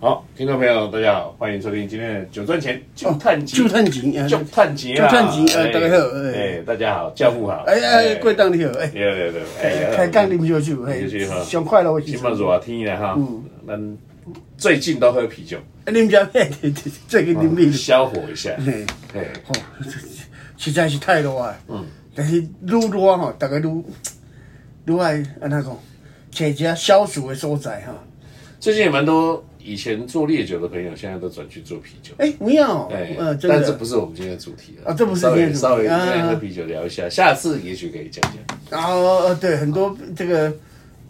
好，听众朋友，大家好，欢迎收听今天的《酒赚钱就哦探集就》，趁哦钱，哎就探集就探集哎大家好哎哎，大家好，教父好，哎哎，过当你好，哎，对，对对对，哎，开杠啉烧酒，啉烧酒哎，哈上快乐的时今阵晚，热天了哈，嗯咱最近都喝啤酒，哎啉只嘿，嘿嘿最近啉米，消火一下，哎嘿，嘿，吼， 实在是太热啊，嗯，但是愈热吼，大家愈愈爱安那讲，找一个消暑的所在哈，最近也蛮多以前做烈酒的朋友，现在都转去做啤酒。哎，不要，哎，呃，真但这的不，是我们今天的主题了啊这不是稍今微天的主题稍微啊来喝啤酒聊一下，下次也许可以讲讲。然后哦对很多这个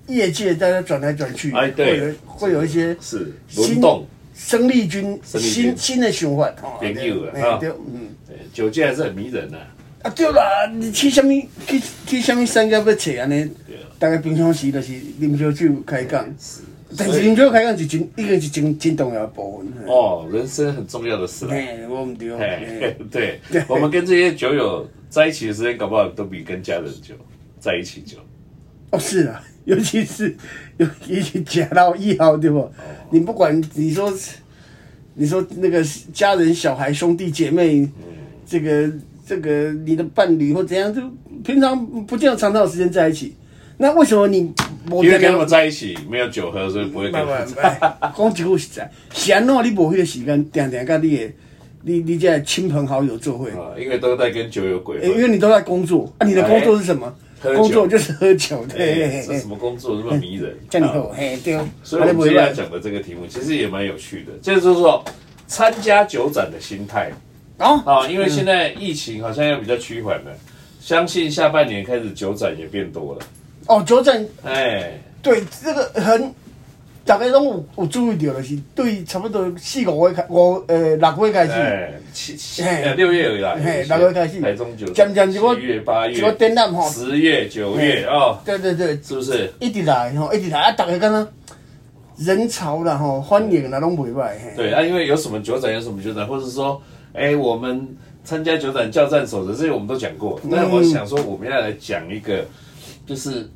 业界大家转来转去，哎对会有会有一些是轮新动，生力军生力军新新的循环，哦研究了对啊哎对，嗯。对酒精还是很迷人呐。啊对啦，你去什么去去什么山脚要找安尼对啊，大家平常时就是啉烧酒开讲，是，但所是以啉酒开讲是真，一个是真真重要的部分。哦，人生很重要的事啦。嘿，我唔对，哎嘿， 对对，我们跟这些酒友在一起的时间，搞不好都比跟家人久在一起久。哦是啊，尤其是尤其是吃到以后对哦不？你不管你说你说那个家人、小孩、兄弟姐妹，嗯这个这个你的伴侣或怎样，就平常不见得常常有时间在一起。那为什么你我因为跟他们在一起没有酒喝，所以不会跟 他们在一起。哎讲一句实在，是安怎你无迄个时间，定定甲你的你你这些亲朋好友做会、啊，因为都在跟酒有鬼欸因混。为你都在工作啊，你的工作是什么？哎喝酒工作就是喝酒，对，哎嘿这嘿什么工作这么迷人？哎这样啊好，嘿，对，所以我安尼们袂今天要歹讲的这个题目，其实也蛮有趣的，就是说参加酒展的心态哦，啊，因为现在疫情好像又比较趋缓了，相信下半年开始酒展也变多了。哦，酒展哎，对这个很，大家拢有有注意到的是，对差不多四五月开五呃六月开始，哎，七七嘿呃六月以来，嘿有一些哎六月开始台中酒展，渐渐这个七月、八这个月、展览吼，哎十月、九月哦，对对对，是不是？一直来吼，一直来啊，大家敢若人潮啦吼，欢迎嗯啦拢袂歹嘿。对啊，因为有什么酒展有什么酒展，或者说，哎，我们参加酒展教战守则这些我们都讲嗯过，但是我想说我们要来讲一个，就是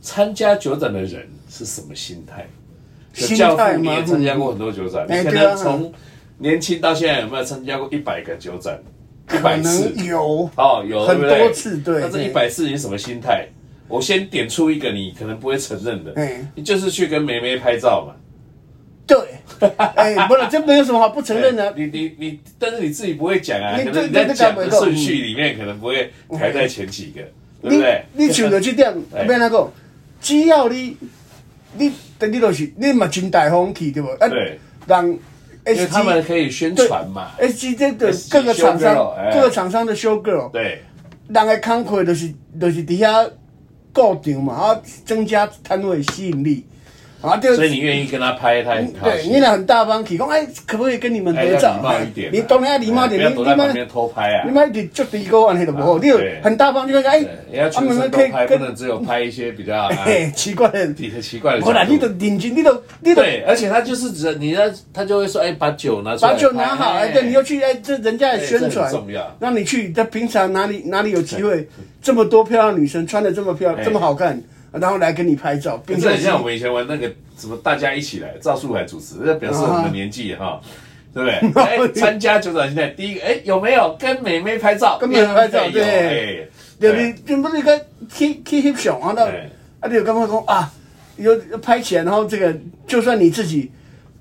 参加酒展的人是什么心态？就心态教父吗你也参加过很多酒展，哎你可对啊能从年轻到现在有没有参加过一百个酒展？一可百次能有哦，有对很不对多次对那这一百次你什么心态？我先点出一个你可能不会承认的嗯，你就是去跟梅梅拍照嘛。对， 哎，不是，这没有什么好不承认的。哎你你你，但是你自己不会讲啊，你可能对你在对讲的那个顺序里面可能不会排在前几个，对不你对？ 你想着这点，哎要安怎讲？只要你你，你就是你嘛真大方去对不？啊对，让因为 S 他们 G 可以宣传嘛， S G 这个 SG 各个厂 showgirl，商哎各个厂商的 show girl，对，人的工课就是就是底下购场嘛，啊，增加摊位吸引力，啊，就所以你愿意跟他拍，他很高对，兴。你俩很大方，提供哎，可不可以跟你们哎合要照礼？貌一点啊，你当然要礼貌一哎点，不要躲在你你旁们边偷拍啊你。们你就第一个安尼就不好，你就很大方，就讲哎对，也要啊全身都可以拍，不能跟只有拍一些比较啊 嘿奇 怪的，比较奇怪的角度。不然你都认真，你都你都对，而且他就是指你要，他就会说，哎，把酒拿出来，把酒拿好，哎，对，你又去哎，这人家也宣哎这很传重要，让你去，在平常哪里哪里有机会，这么多漂亮女生穿的这么漂哎亮，这么好看，然后来跟你拍照，不 并是且很像我们以前玩那个什么大家一起来，赵树海主持，那表示我们的年纪啊哈。对不对？哎，参加酒展现在第一个，哎，有没有跟美眉拍照？跟美眉拍照有对，哎对你，你不是个去去翕相啊？那对啊，你有感觉讲啊，有拍起来，然后这个就算你自己，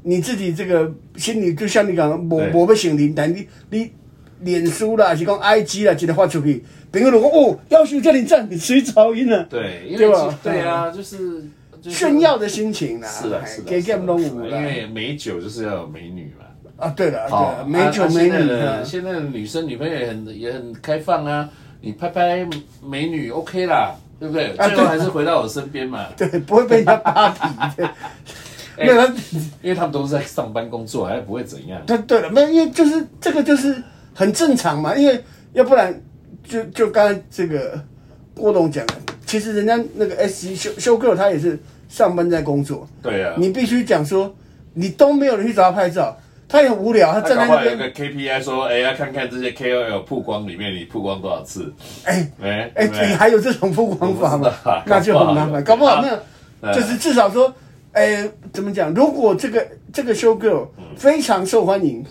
你自己这个心里就像你讲，无对无要承认，但你你脸书啦，还是讲 IG 啦，直接发出去，朋友如果哦，要求叫你赞，你谁噪音啊？对，因对为吧对啊，就是就是炫耀的心情啦，哎是的，啊是的，给是的 game 拢有因啦。为美酒就是要有美女嘛。啊，对了，对哦了，，美酒美啊啊现女在啊的，现在的女生女朋友也很也很开放啊，你拍拍美女 OK 啦，对不对？啊最后对还是回到我身边嘛，对，不会被人家扒皮的。 哎没有他，因为他们都是在上班工作，还不会怎样。对对了，没有，因为就是这个就是很正常嘛，因为要不然就就刚才这个郭董讲的，其实人家那个 S 修修哥他也是上班在工作，对啊，你必须讲说你都没有人去找他拍照，他也很无聊，他他站搞不在那好有个边， KPI 说，哎，要看看这些 KOL 曝光里面你曝光多少次，哎哎哎，对你还有这种曝光法我吗不知道？那就很麻烦，搞搞不不好好有那啊就是至少说，哎，怎么讲？如果这个这个 show girl 非常受欢迎，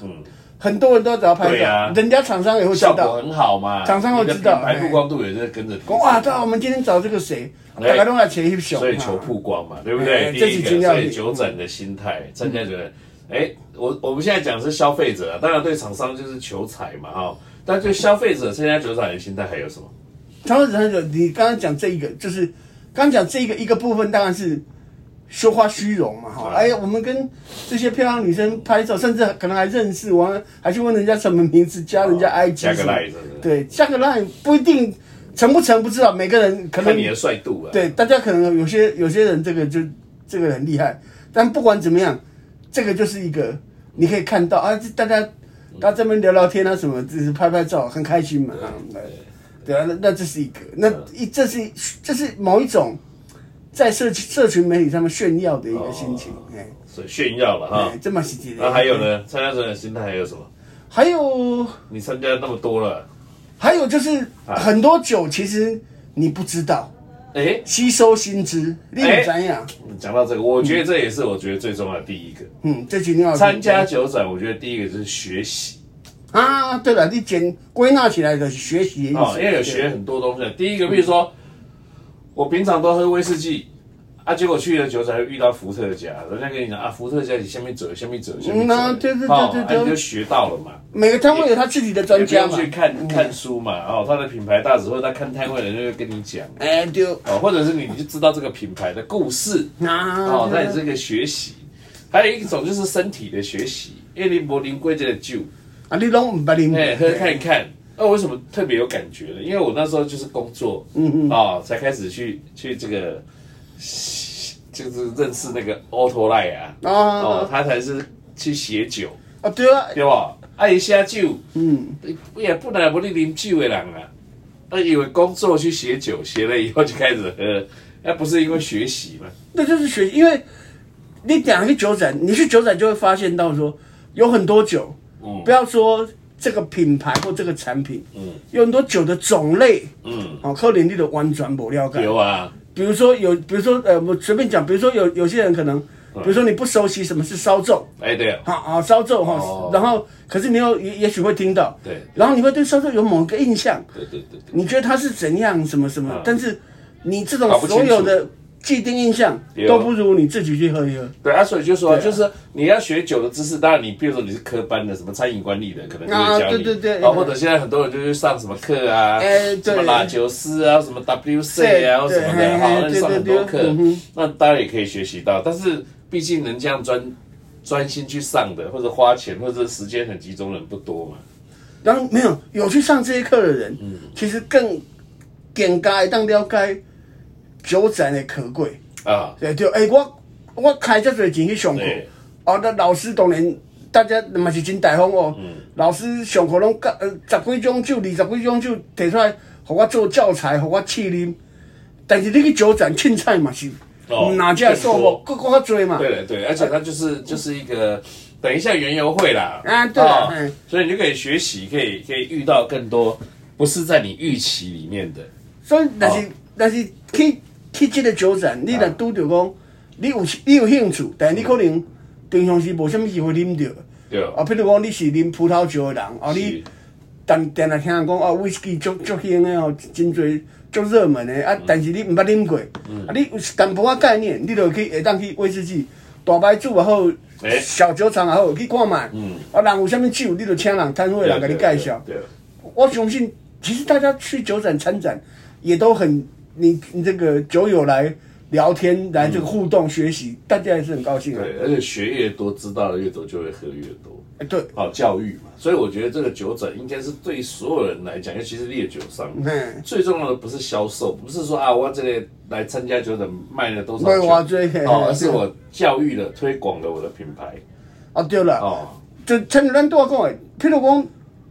很多人都要找他拍嗯对啊照，人家厂商也会知效果道。很好嘛，厂商会你的知道品牌哎曝光度也是跟着提升哇，对啊，我们今天找这个谁，哎大家都来前一宿，所以求曝光嘛，对不对？哎第这一几个，斤料所理以九整的心态，参加觉得，哎，我我们现在讲的是消费者啊，当然对厂商就是求财嘛，哦，但对消费者参加九展的心态还有什么？他们很久，你刚刚讲这一个，就是刚刚讲这一个一个部分，当然是说话虚荣嘛，哈、啊哎，我们跟这些漂亮女生拍照，甚至可能还认识，完了还去问人家什么名字，加人家 IG，啊哦加个什么 line 是不是对，加个 line 不一定成不成不知道，每个人可能看你的帅度啊，对，大家可能有些有些人这个就这个很厉害，但不管怎么样，这个就是一个你可以看到啊，这大家嗯大家这边聊聊天啊什么，就是拍拍照，很开心嘛。啊对对啊，那那这是一个，那嗯一这是这是某一种在社群社群媒体上面炫耀的一个心情，哎、所以炫耀了哈哎，。这么是几哦啊那还有？呢？参加九展的心态还有什么？还有你参加那么多了，还有就是很多酒其实你不知道，哎，吸收新知，例如哎怎样？讲到这个，我觉得这也是我觉得最重要的第一个。嗯，这几年参加九展，我觉得第一个就是学习啊，对了，你简归纳起来的嗯学习的意思哦，因为有学很多东西。第一个，比如说我平常都喝威士忌。啊，结果去了酒展会遇到伏特加，人家跟你讲啊，伏特加你下面走，下面走，下面嗯走，啊对对哦对对啊对你就学到了嘛。每个摊位有他自己的专也不家用嘛。去看看书嘛，哦，他的品牌大使或者他看摊位的人就会跟你讲，哎，就哦，或者是你你就知道这个品牌的故事，啊哦，，那也是一个学习。还有一种就是身体的学习，因为林柏林贵这个酒，啊，你拢唔捌啉？哎，喝看一看。那、为什么特别有感觉呢？因为我那时候就是工作，嗯嗯，啊、才开始去去这个，就是认识那个 Auto Line 啊，啊哦，他才是去写酒，啊，对啊，对吧？啊，伊写酒，嗯，也不能不是啉酒的人啊，他以为工作去写酒，写了以后就开始喝，那不是因为学习嘛？那就是学，因为你讲去酒展，你去酒展就会发现到说有很多酒，嗯不要说这个品牌或这个产品，嗯，有很多酒的种类，嗯，哦，可能你都完全不了解。有啊，比如说有，比如说呃，我随便讲，比如说有有些人可能，嗯比如说你不熟悉什么是烧酒，哎对啊，好啊，烧皱哦哈，然后可是你又也也许会听到，对然后你会对烧皱有某个印象，对对对对，你觉得它是怎样什么什么，但是你这种嗯搞不清所楚有的既定印象对哦都不如你自己去喝一喝。对啊，所以就说、对啊就是你要学酒的知识，当然你比如说你是科班的，什么餐饮管理的，可能就会教你，啊对对对啊，或者现在很多人就去上什么课啊，哎对什么拉酒师啊，什么 WC 对啊，或什么的，对嘿嘿好，那你对上很对多对课嗯哼，那当然也可以学习到，但是毕竟能这样专专心去上的，或者花钱，或者时间很集中的人不多嘛。然后没有有去上这些课的人，嗯其实更更加当了解酒展的可贵。啊，对对，哎、我我开这多钱去上课对，哦，那老师当然大家嘛是真大方哦。嗯老师上课拢甲呃十几种酒、二十几种酒摕出来，互我做教材，互我试啉。但是你去酒展凊彩嘛是，哦哪只数目搁搁较多 嘛？对了对，而且它就是就是一个等一下原油会啦，嗯啊对啊哦嗯所以你就可以学习，可以可以遇到更多不是在你预期里面的。所以但哦是但是去去即个酒展，你若啊拄着讲你有你有兴趣，但是你可能平常时无什物机会啉着。对啊，譬如讲你是啉葡萄酒的人，啊你。但定来听人讲哦，whisky 足足兴的哦，真侪足热门的嗯啊，但是你毋捌啉过，啊，你有淡薄仔概念，你就去会当去威士忌大牌子也好，欸小酒厂也好，去看卖，啊，人有啥物酒，你就请人摊位嗯对人甲你介绍。对，对我相信，其实大家去酒展参展也都很，你你这个酒友来聊天，来这个互动学习，大家也是很高兴的。啊对，而且学越多，知道的越多，就会喝越多。哎对，好，教育嘛，所以我觉得这个酒展应该是对所有人来讲，尤其是烈酒上，嗯最重要的不是销售，不是说啊，我这里来参加酒展卖了多少卖酒，多少嘿哦，嘿而是我教育了、推广了我的品牌，啊对了，哦，就像咱拄啊讲诶，譬如讲，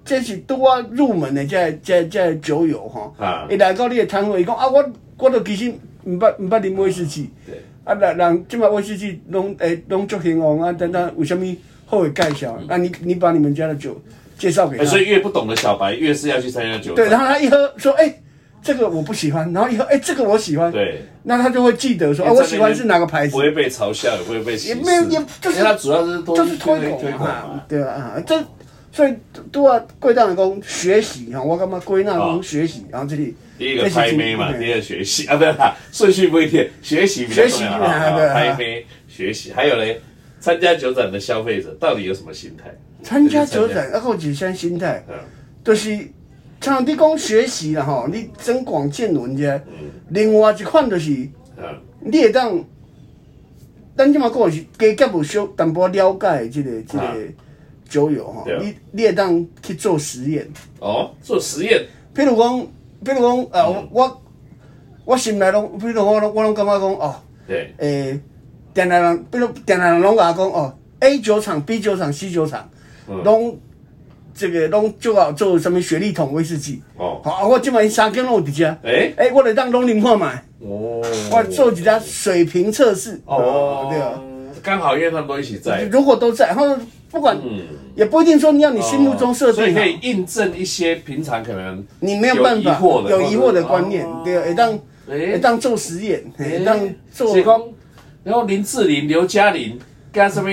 这是拄啊入门诶，这这这酒友吼啊，伊、来到你诶摊位，伊讲啊，我我都其实毋捌毋捌啉威士忌，对，啊人人即摆威士忌拢诶拢足兴旺啊，等等有啥物好诶介绍？啊你你把你们家的酒介绍给嗯哎他，所以越不懂的小白，越是要去参加酒啊对，展，然后他一喝说，哎、这个我不喜欢，然后以后哎、这个我喜欢，对，那他就会记得说啊，因为我在那边喜欢是哪个牌子不，会被嘲笑，也不会被歧也视，没有也就是因为他主要是都就是推推广广啊嘛，，对啊，啊这所以都要归纳讲学习哈，啊我干嘛归纳讲学习，然后这里啊第一个拍妹嘛，第二学习啊，不是啦，顺序不一定，学习比较重要学习啊啊对啊。拍妹学习，还有嘞，参加酒展的消费者到底有什么心态？参加酒展，啊，我一项心态嗯，就是像你讲学习啦吼，你增广见闻者，另外一款就是嗯，你会当，咱即马讲的是加减有小淡薄了解即、个即、啊个酒友吼，对啊你你会当去做实验，哦，做实验，譬如讲，譬如讲，啊，嗯我我我心内拢，譬如讲我拢我拢感觉讲哦。对，诶，定来人，比如定来人拢甲我讲哦，A 酒厂、B 酒厂、C 酒厂，嗯拢、这个拢就好做什么雪利桶威士忌。哦好、啊，我即摆三间拢有伫遮。诶诶、我来当拢啉看卖，哦，我做一下水平测试。哦哎啊，对啊。刚好因为他们都一起在，如果都在，然后不管、也不一定说你要你心目中设嗯哦所以定好可以印证一些平常可能你没有办有疑法惑的哦有疑惑的观念，或者对啊，会当诶会当做实验，会当做所以。讲，然后林志玲、刘嘉玲、干什么？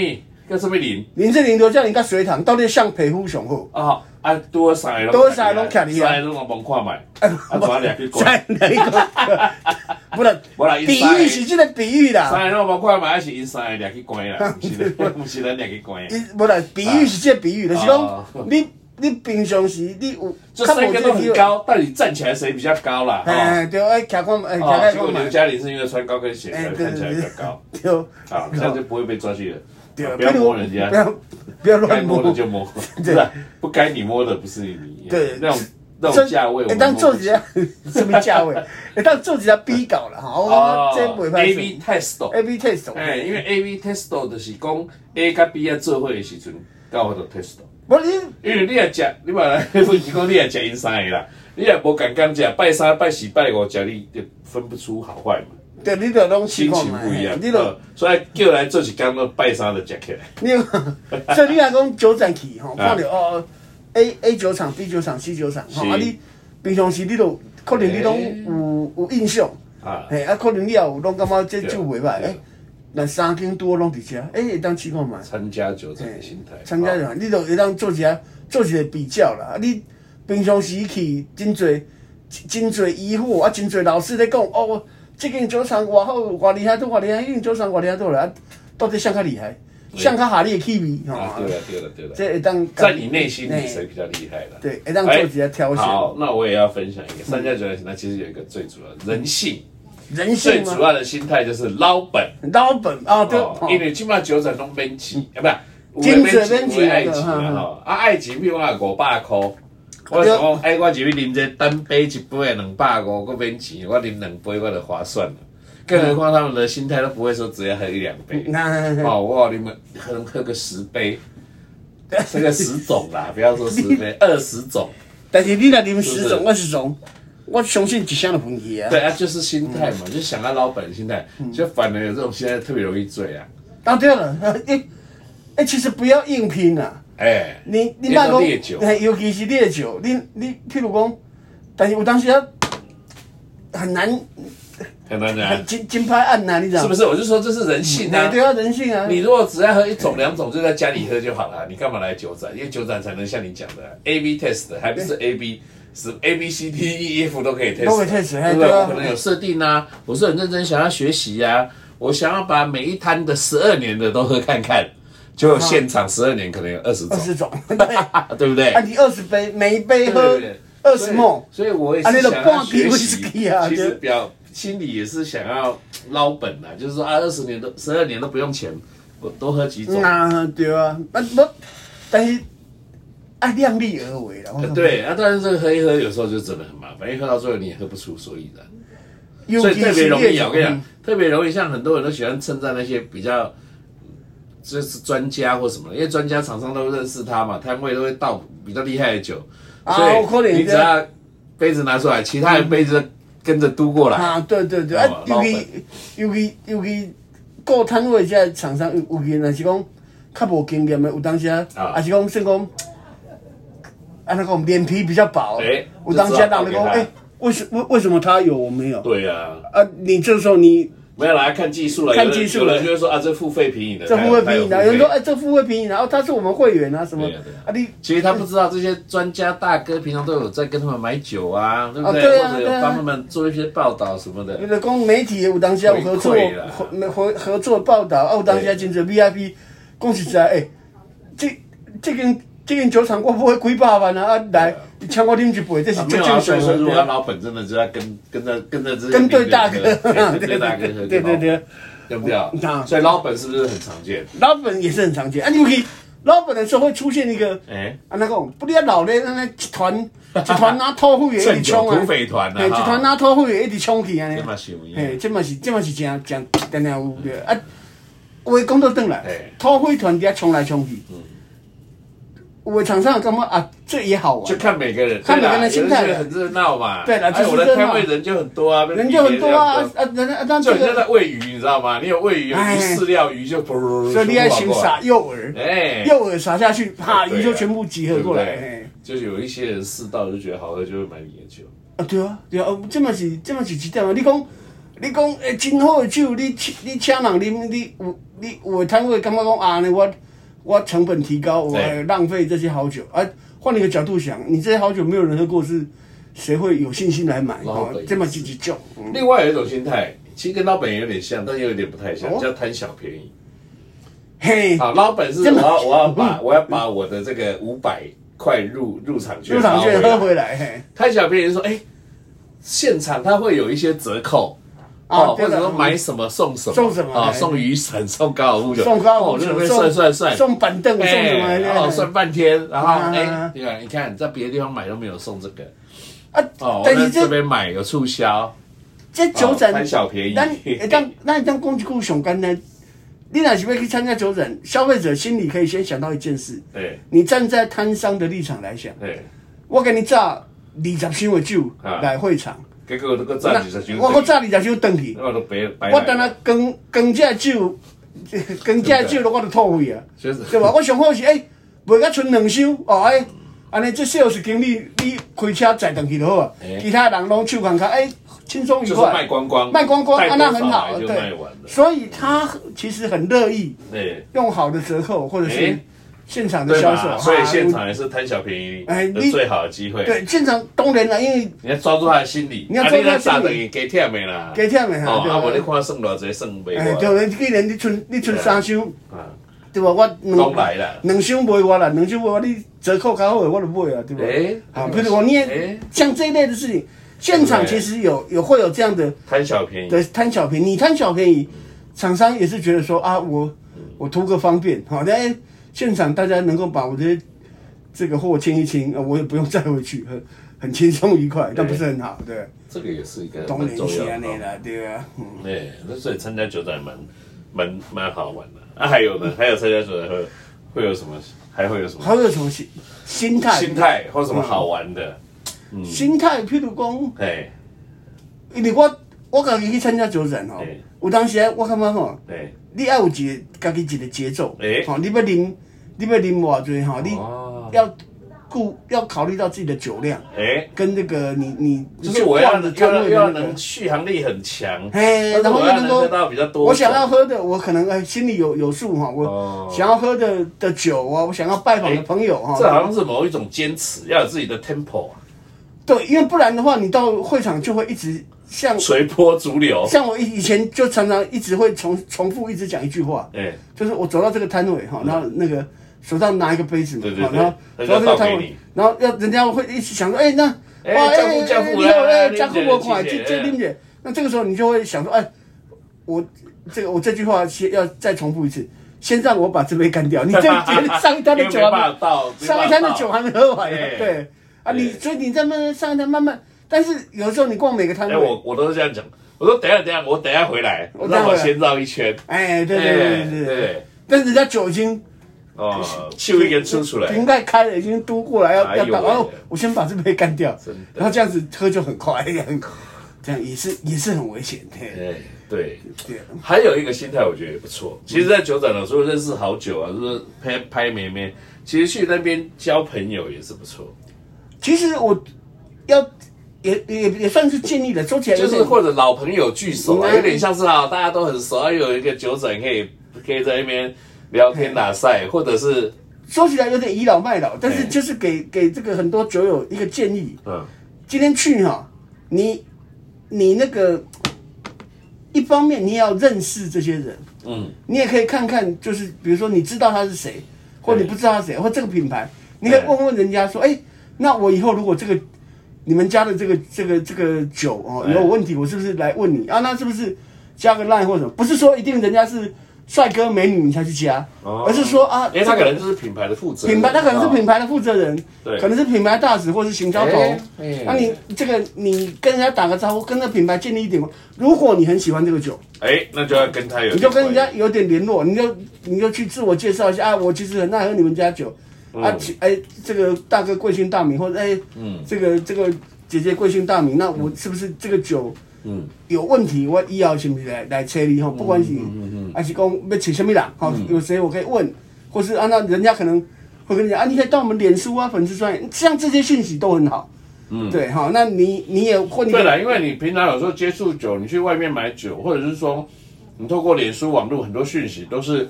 干什么玲？林志玲、刘嘉玲甲水塘到底像皮肤上好？啊啊，多少个多少个拢徛伫遐三个拢我帮看卖， 啊，抓两去管，在哪一个？ 不是，无啦，比喻是这个比喻啦，三个拢帮看卖，还是因三个两去关 啦，不是咱，不是咱两去关。啊伊不是比喻是这个比喻，就是哦讲你你平常时你有就三个都很较无这个机会，高，啊到底站起来谁比较高啦？哎，对，哎，徛看，哎，徛哦，看结果刘看嘛，嘉玲是因为穿高跟鞋，所哎以对看起来比较高，对啊， 这样就不会被抓去了。对，啊不要摸人家不，要不要该乱摸摸的，就摸， 不是啊不该你摸的不是你。对那种那这种价位，我哎，们当摸做不一起下 什么价位？哎，当做一下 B 搞了哈，我哦这袂，A 歹 B test， ，A B test，哦哎，因为 A B test 就是讲 A 甲 B 啊做伙的时阵，到我就 test。无你因为你也食，你嘛， 不是讲你也食因三个啦，你也无敢敢食，拜三、拜四、拜五食，你就分不出好坏嘛，对，你就拢试心看情嘛，不一样哎。你就呃所以叫来做一工，都拜三就食起来。你 有，所以你若讲酒展去嗯吼，看着哦，A A 酒厂、B 酒厂、C 酒厂，吼是哎啊你平常时你都可能你拢有有印象，啊嘿啊可能你也有拢感觉这酒袂歹，对诶，咱三间多拢伫遮，哎诶会当试看嘛，参加酒展的心态，哎参加就好，你就会当做一下做一个比较啦。啊你平常时去真侪真侪疑惑啊，真侪老师咧讲哦，即间酒厂偌好，偌厉害，都偌厉害，迄间酒厂偌厉害，都啦，啊到底谁较厉害，谁较合你的气味吼。啊，对了对了对了，这会当在你内心里谁比较厉害了？对会当做一些挑选哎嗯好，那我也要分享一个三家酒展心态，其实有一个最主要的人性，人最性主吗？要的心态就是捞本。老本啊，对，哦哦，嗯因为即摆酒展拢免钱，啊不是，金有水的免免钱，有的爱钱钱嗯啦吼。啊，爱钱比如讲五百箍，我对想讲，哎，我入去啉这单杯一杯两百五，我免钱，我啉两杯我就划算了。更何况他们的心态都不会说只要喝一两杯，嗯那哦，我你们可能喝个十杯，这个十种啦，不要说十 杯，二十种。但是你若啉十是种不二十种，我相信一箱都分去啊。对啊，就是心态嘛，就想要老本的心态，就反而有这种心态特别容易醉啊。啊，对了， 哎哎，其实不要硬拼啊，哎，你你别莫说烈酒讲，嘿尤其是烈酒，你你譬如讲，但是有当时啊很难，很难的啊很，真真歹按呐，你知道是不吗？是？我就说这是人性哎啊。对啊，人性啊，你如果只爱喝一种两种，就在家里喝就好了。你干嘛来酒展？因为酒展才能像你讲的啊 A B test，还不是 A B，是 A B C D E F 都可以 test，都可以 test，哎对不对对？啊我可能有设定啊，我是很认真想要学习啊，我想要把每一摊的十二年的都喝看看，就现场十二年可能有二十种啊二，十 种，对啊，对不对？你二十杯，每一杯对喝对对二十梦，所以我也啊你是就想半要支学 whisky 习啊其实就表心里也是想要捞本啊，就是说啊，二十年都十二年都不用钱，我多喝几种嗯。啊，对啊，啊不，但是爱量力而为啦。我感觉， 对啊，但是这个喝一喝有时候就真的很麻烦，因为喝到最后你也喝不出所以然，尤所其以特是别容易烈啊！酒我跟你嗯讲，特别容易，像很多人都喜欢称赞那些比较就是专家或什么的，因为专家厂商都认识他嘛，摊位都会倒比较厉害的酒，啊有可所能以你只要杯子拿出来，其他人杯子跟着嘟过来。啊，对对对，啊哦，尤老其尤其尤其顾摊位这些厂商，有有其若是讲较无经验的，有当时啊，啊还是讲算讲，安尼讲脸皮比较薄，哎有当时啊，就知道人咧讲，给他哎，为什为为什么他有我没有？对呀、啊，你这时候你没有啦，看技术了，看有人技术有了人就会说啊，这付费平影的，这付费他评议，他然后有人说付费哎，这付费评议，然后他是我们会员啊什么对啊对啊啊，你其实他不知道这些专家大哥平常都有在跟他们买酒啊，对不啊对啊或者有对啊帮他们做一些报道什么的有。的讲媒体有当时啊有合作回馈啦合合合作报道，啊有当时真侪 VIP，讲实在，诶、这这间这间酒厂我不会几百万啊，啊来，你请我啉一杯，这是啊没最有啊，正所常以说的如果对他啊。老本真的就要跟跟着跟着这些跟对名人大喝哥，对跟对对大哥喝就对对好对对，对不对啊嗯？所以老本是不是很常见？老本也是很常见啊。你们可以，老本的时候会出现一个哎，啊那个，不然老咧，那那一团一团拿托会员一正直冲酒啊土，匪团嘿，呐，一团拿托会员一直冲去啊安尼这。嘛是有影嘿，这嘛是这嘛是真真真正有对啊。话讲到转来嘿，嗯土匪团底下冲来冲去，有的厂商也感觉啊，这也好就玩，看每个人，看每个人对啦心态有人觉得很热闹嘛。对啦哎就是我的热闹摊位人就很多啊，人就很多啊啊，人啊，那就很像这个，在喂鱼，你知道吗？你有喂鱼，有鱼哎饲料鱼就噗噗噗，所以你要全先部跑过来撒，诱饵，哎，诱饵撒下去，啪，对啊鱼就全部集合过来。对不对嘿就是有一些人试到就觉得好喝，就会买你的酒。啊，对啊，对啊，哦这嘛是这嘛是一点啊。你讲，你讲，诶，真好的酒，你请你请人啉，你有你有的摊位感觉讲啊，呢我我成本提高，我对还浪费这些好酒。啊，换一个角度想，你这些好酒没有人喝过是，谁会有信心来买？老哦的也，这么几几种，嗯另外有一种心态，其实跟老板也有点像，但又有点不太像哦，叫贪小便宜。嘿，好，老板是真我的要我要嗯把我要把我的这个五百块入入场券入场券拿喝 回来，嘿，贪小便宜说，哎，现场他会有一些折扣。啊哦，或对的者说买什么送什么，送什么啊？哎送雨伞，送高尔夫球，送高哦尔夫这球边送算算算，送板凳，送什么哎，的？然后算半天，然后啊哎，你看，你看，在别的地方买都没有送这个，啊哦，，我但在是这这边买有促销，这酒哦展贪小便宜，咱会当咱会当讲一句上简单，你若是要去参加酒展，消费者心里可以先想到一件事：对你站在摊商的立场来想，对，我给你炸二十箱的酒啊来会场，结果那个站起来就哎那我我炸二十箱回去，我都白白来我等下光光这酒，光这酒我都 吐去啊，就是对吧？我上好是诶，卖甲剩两箱哦，诶，安尼这 sales 经理你开车载上去就好啊哎，其他人拢手空空，诶，轻松愉就是快卖。光光，卖光光，带啊，多那少很好，来就卖对完，了，所以他其实很乐意对用好的折扣或者是诶现场的哎对销售吧？啊，所以现场也是贪小便宜哎的你最好的机会，对现场当然了，因为你要抓住他的心理，啊你要抓住他的心理等于给忝的啦，加忝的哈哦，对啊，无你看算偌济算袂哎，完，对，既然你存你存对啊三箱，啊，对吧？我拢来啦两两箱卖我啦，两箱卖我，你折扣较好的我就买啊，对吧诶？啊，比如我你也诶像这一类的事情，现场其实有有会有这样的贪小便宜，的贪小便宜，你贪小便宜，厂商也是觉得说啊，我我图个方便，好，那哎现场大家能够把我的这个货清一清，呃我也不用再回去，很很轻松愉快，但不是很好，对，这个也是一个当很然重是要的安尼哦。啦，对啊，嗯对，那所以参加酒展蛮蛮蛮好玩的。啊，还有 呢，还有参加酒展会会有什么？还会有什么还有什么心心态？心态嗯或什么好玩的？心态，譬如讲，哎因为我我家己去参加酒展吼对，有当时啊我感觉吼，哎你要有一个家己一个节奏诶，吼，你要啉，你要啉偌济吼，你哦要顾要考虑到自己的酒量。哎，跟这个你嗯你就是我要你去要逛的摊位的要那个能续航力很强，嘿但是然我后又要能能够喝到比较多。我想要喝的，我可能哎心里有有数哈，我哦想要喝的的酒啊，我想要拜访的朋友这哈，好像是某一种坚持，要有自己的 tempo，啊对，因为不然的话，你到会场就会一直像随波逐 流。像我以以前就常常一直会重重复一直讲一句话，哎，就是我走到这个摊位哈，然后那个手上拿一个杯子嘛嗯对对，哈对然他就后走到这个摊倒给位你，然后要人家会一起想说，哎，那哎哇，教父教父你来好，来哎，来江湖林姐我款，林这姐这哎林姐，那这个时候你就会想说，哎，我这个我这句话先要再重复一次，先让我把这杯 干掉，你这上一摊的因为酒没还办没法哎倒，没上办法一摊的倒酒还没喝完呢，对对啊，你对所以你在慢慢上一摊慢慢，但是有时候你逛每个摊哎、位，我我都是这样讲，我说等一下等一下，我等一下回来，我等一让下回我来先绕一圈。哎，对对对对对，对，但是人家酒精。 哦，秀一根出出来，瓶盖开了，已经嘟过来要哎呦要倒，喂然后我先把这杯干掉真的，然后这样子喝就很快，这样 这样也是也是很危险，对哎，对。对。还有一个心态，我觉得也不错。其实，在酒展的时候认识好久啊，就是拍拍妹妹。其实去那边交朋友也是不错。其实我要也也也算是建立了，说起来有就点是或者老朋友聚首啊，嗯有点像是啊，大家都很熟，啊，有一个酒展可以可以在那边聊天打赛，嗯或者是说起来有点倚老卖老，但是哎就是给给这个很多酒友一个建议，嗯今天去哈，你你那个一方面你也要认识这些人，嗯你也可以看看，就是比如说你知道他是谁，或对你不知道他是谁，或这个品牌，你可以对问问人家说，哎、那我以后如果这个你们家的这个这个这个酒哦对有问题，我是不是来问你啊？那是不是加个 line 或者什么？不是说一定人家是帅哥美女你才去加，哦而是说啊，因为他这个可能就是品牌的负责人品牌，他可能是啊品牌的负责人，对可能是品牌大使或是行销头哎哎。那你这个你跟人家打个招呼，跟那品牌建立一点关。如果你很喜欢这个酒，哎，那就要跟他有你就跟人家有点联络，你就你就去自我介绍一下啊，我其实很爱喝你们家酒啊，其哎，这个大哥贵姓大名，或者哎，这个这个姐姐贵姓大名，那我是不是这个酒？嗯有问题，我以后是不是来来催你吼？不管是还是讲要请什么人吼，有谁我可以问，或是啊，那人家可能会跟你讲啊，你可以到我们脸书啊、粉丝专业，像这些讯息都很好。嗯，对，好，那你你也 混对了，因为你平常有时候接触酒，你去外面买酒，或者是说你透过脸书网络很多讯息都是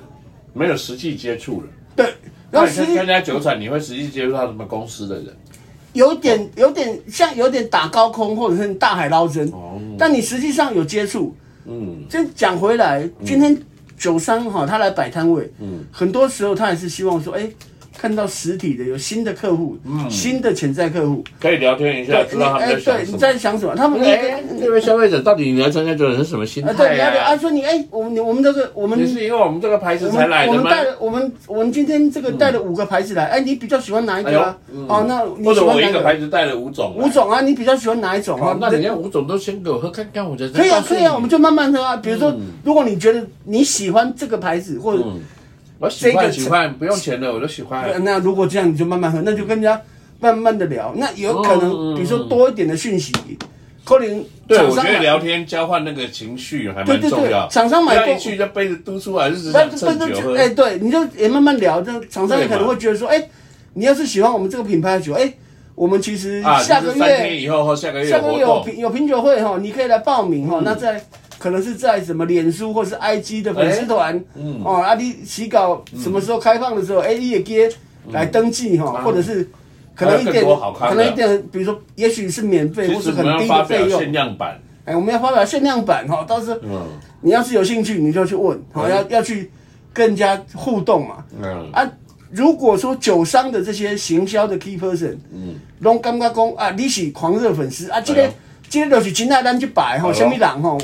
没有实际接触的。对，然那后实你际参加酒展，你会实际接触到什么公司的人？有点有点像有点打高空或者是大海捞针，哦但你实际上有接触。嗯，就讲回来，今天酒商哈，他来摆摊位，嗯很多时候他也是希望说，哎、看到实体的有新的客户，新的潜在客户，可以聊天一下，嗯知你道他们哎，在想对，什你么。在想什么？他们那个哎，这位消费者到底你来参加酒展是什么心啊，对，态你要聊呀啊，？说你哎，我们我们这个我们你是因为我们这个牌子我才们来我的们吗？带了我们我们今天这个带了五个牌子来，哎，你比较喜欢哪一个啊？哦，那哎嗯或你喜者我欢一哪个牌子带了五种来，五种啊？你比较喜欢哪一种哦啊？，那人家五种都先给我喝看看，我再可以啊，告诉可你以啊，我们就慢慢喝啊。比如说，嗯如果你觉得你喜欢这个牌子，或者、我喜这个呃欢喜欢，不用钱的我都喜欢。那如果这样，你就慢慢喝，那就跟人家慢慢的聊。那有可能，嗯比如说多一点的讯息，可能对，厂我商觉得买聊天交换那个情绪还蛮对对重对要。厂商买不要过一去就杯子嘟出来，就是只那想那蹭那酒就喝。哎，对，你就也慢慢聊，这厂商也可对能嘛会觉得说，哎，你要是喜欢我们这个品牌的酒，哎，我们其实啊，下就个是三天月以后或下个月下有个活月有动，嗯品有品酒会哈，你可以来报名哈。那在可能是在什么脸书或是 IG 的粉丝哎团，嗯哦，啊，你洗稿什么时候开放的时候，哎，你也接来登记哈，或者是。可能嗯一还有点，更多好看可的能一点，比如说，也许是免费，其或实是我们很要低发的表费用限。量版。哎，我们要发表限量版哈，到时候嗯你要是有兴趣，你就去问，好、嗯要要去跟人家互动嘛。嗯，啊，如果说酒商的这些行销的 key person，嗯，拢感觉讲啊，你是狂热粉丝啊，这哎个呦这个就是真爱咱去摆吼，哎呦什么人吼，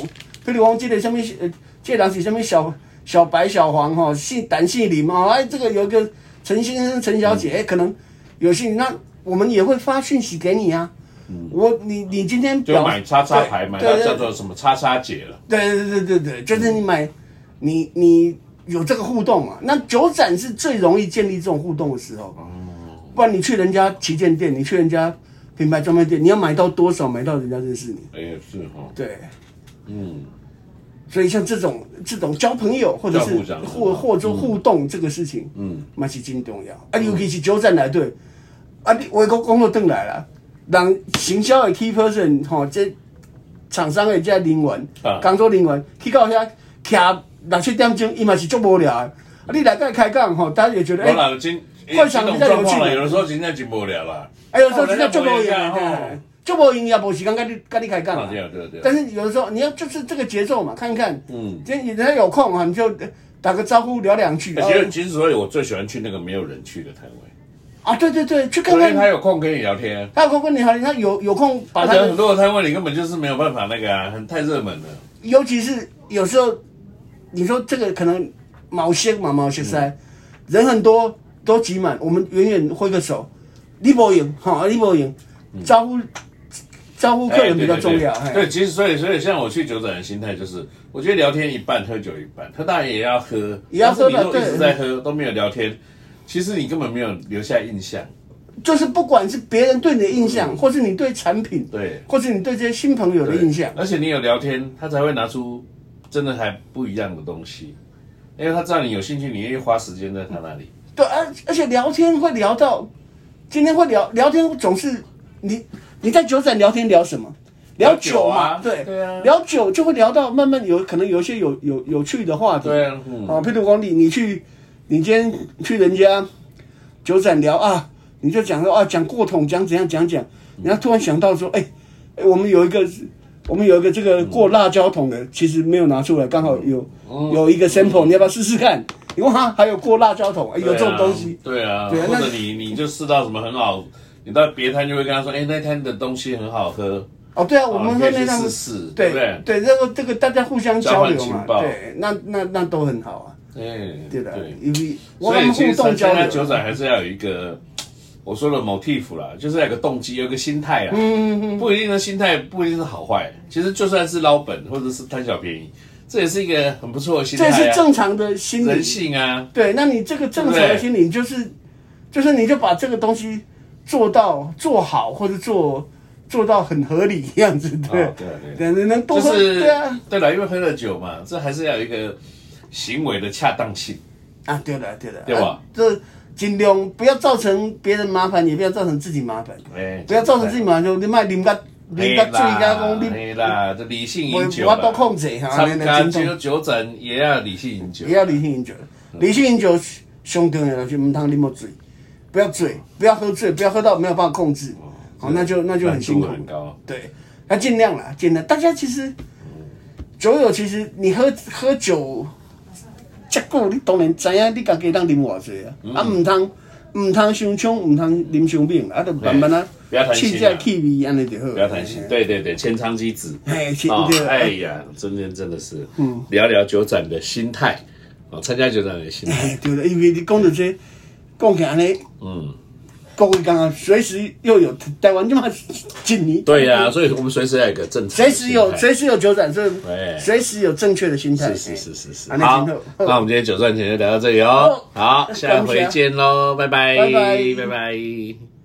比如讲这个什么呃，这个人是什么小小白小黄吼，姓胆姓林嘛，哎，这个有一个陈先生陈小嗯姐，哎，可能有兴趣，那我们也会发讯息给你啊。我你你今天嗯就表买叉叉牌，对买对它对叫做什么叉叉姐了。对对对对对，就是你买，你你有这个互动嘛？那酒展是最容易建立这种互动的时候。不然你去人家旗舰店，你去人家品牌专卖店，你要买到多少，买到人家认识你。哎，是哦，对，嗯，所以像这种这种交朋友或者交是互长或或者互动这个事情，嗯，嘛是真重要。啊，尤其是酒展来对，啊，你外国工作回来啦，人行销的 key person 吼、这厂商的这人员，啊工作人员去到遐徛六七点钟，伊嘛是足无聊的。啊，你来这开讲吼，大家也觉得我哎，老今会场这种比较状有况趣了，有的时候今天就无聊了。哎有时候真的足无哦人闲家的，足无闲也无时间跟你跟你开讲啊啦。对啊对啊对啊但是有的时候你要就是这个节奏嘛，看看，嗯，今天人家有空啊，你就呃打个招呼聊两句。其实哦其实所以，我最喜欢去那个没有人去的摊位，啊，对对对，去看因为他看。有空跟你聊天。他有空跟你好，他有有空把而啊他且很的，多的摊位你根本就是没有办法那个啊，很太热门了。尤其是有时候，你说这个可能毛线嘛，毛线塞，人很多都挤满，我们远远挥个手，你不赢哈，你不赢，招呼招呼客人比较重要。哎对对对嘿对，其实所以所以像我去酒展的心态就是，我觉得聊天一半，喝酒一半，喝当然也要喝，也要喝的但是你都一直对在喝都没有聊天，其实你根本没有留下印象。就是不管是别人对你的印象，或是你对产品，嗯对或是你对这些新朋友的对印象，而且你有聊天，他才会拿出真的还不一样的东西，因为他知道你有兴趣，你愿意花时间在他那里。对，而而且聊天会聊到，今天会聊聊天总是你你在酒展聊天聊什么？聊酒聊嘛，酒啊对对啊聊酒就会聊到慢慢有可能有一些有有有趣的话题，对啊嗯啊，譬如光你你去，你今天去人家酒展聊啊，你就讲说啊，讲过桶，讲怎样讲讲，然后突然想到说，哎、哎我们有一个。我们有一个这嗯个过辣椒桶的，其实没有拿出来，刚好有哦有一个 sample，你要不要试试看？你问他还有过辣椒桶，哎有这种东西，对啊，对啊或那者你你就试到什么很好，你到别摊就会跟他说，哎，那摊的东西很好喝，哦，对啊，哦我们你可说以那去趟试试，对对不对？对，这个这个大家互相交交换流情嘛，报对，那那那都很好啊，哎，对的对，。因为我所以们其互实动参交加酒流，展还是要有一个，我说的 motif 啦，就是要有个动机，有一个心态啊。嗯嗯不一定的心态不一定是好坏，其实就算是捞本或者是贪小便宜，这也是一个很不错的心态这啊。是正常的心理人，性啊。对，那你这个正常对不的对心理就是就是你就把这个东西做到做好，或者做做到很合理的样子，对哦对对，对，能能多就喝，是对啊，对了，因为喝了酒嘛，这还是要有一个行为的恰当性。啊，对了对了，对吧啊这尽量不要造成别人麻烦，也不要造成自己麻烦，哎，不要造成自己麻烦，就你卖啉到嘿啉啦。到醉到讲你。嘿哎啦，这理性饮酒我啦我都控制哈参那加那酒酒展也要理性饮酒也。要理性饮酒。理性饮酒上重要的就唔通啉么醉，不要哦醉，不要喝醉，不要喝到没有办法控制，好、哦那就那就很辛苦啊难度很高。对，那尽量啦，尽量。大家其实酒友其实你喝喝酒，结果你当然知影你家己当啉偌济啊，嗯啊唔通唔通伤冲，唔通啉伤冰，啊就慢慢啊不要贪心啊气这气味安尼就好。不要贪心，对对对，千仓基子，哎千哦对哎呀，真的真的是，嗯，聊聊酒展的心态，哦，参加酒展的心态，哎，对了，因为你讲到这，讲起来呢，嗯，各位刚刚随时又有台湾这么几年，对呀、所以我们随时要有一个正常随的心态，时有随时有酒展，所以对随时有正确的心态。是是是是是，哎啊那好今后，那我们今天酒赚钱就聊到这里哦，好好，下回见喽，拜拜，拜拜拜拜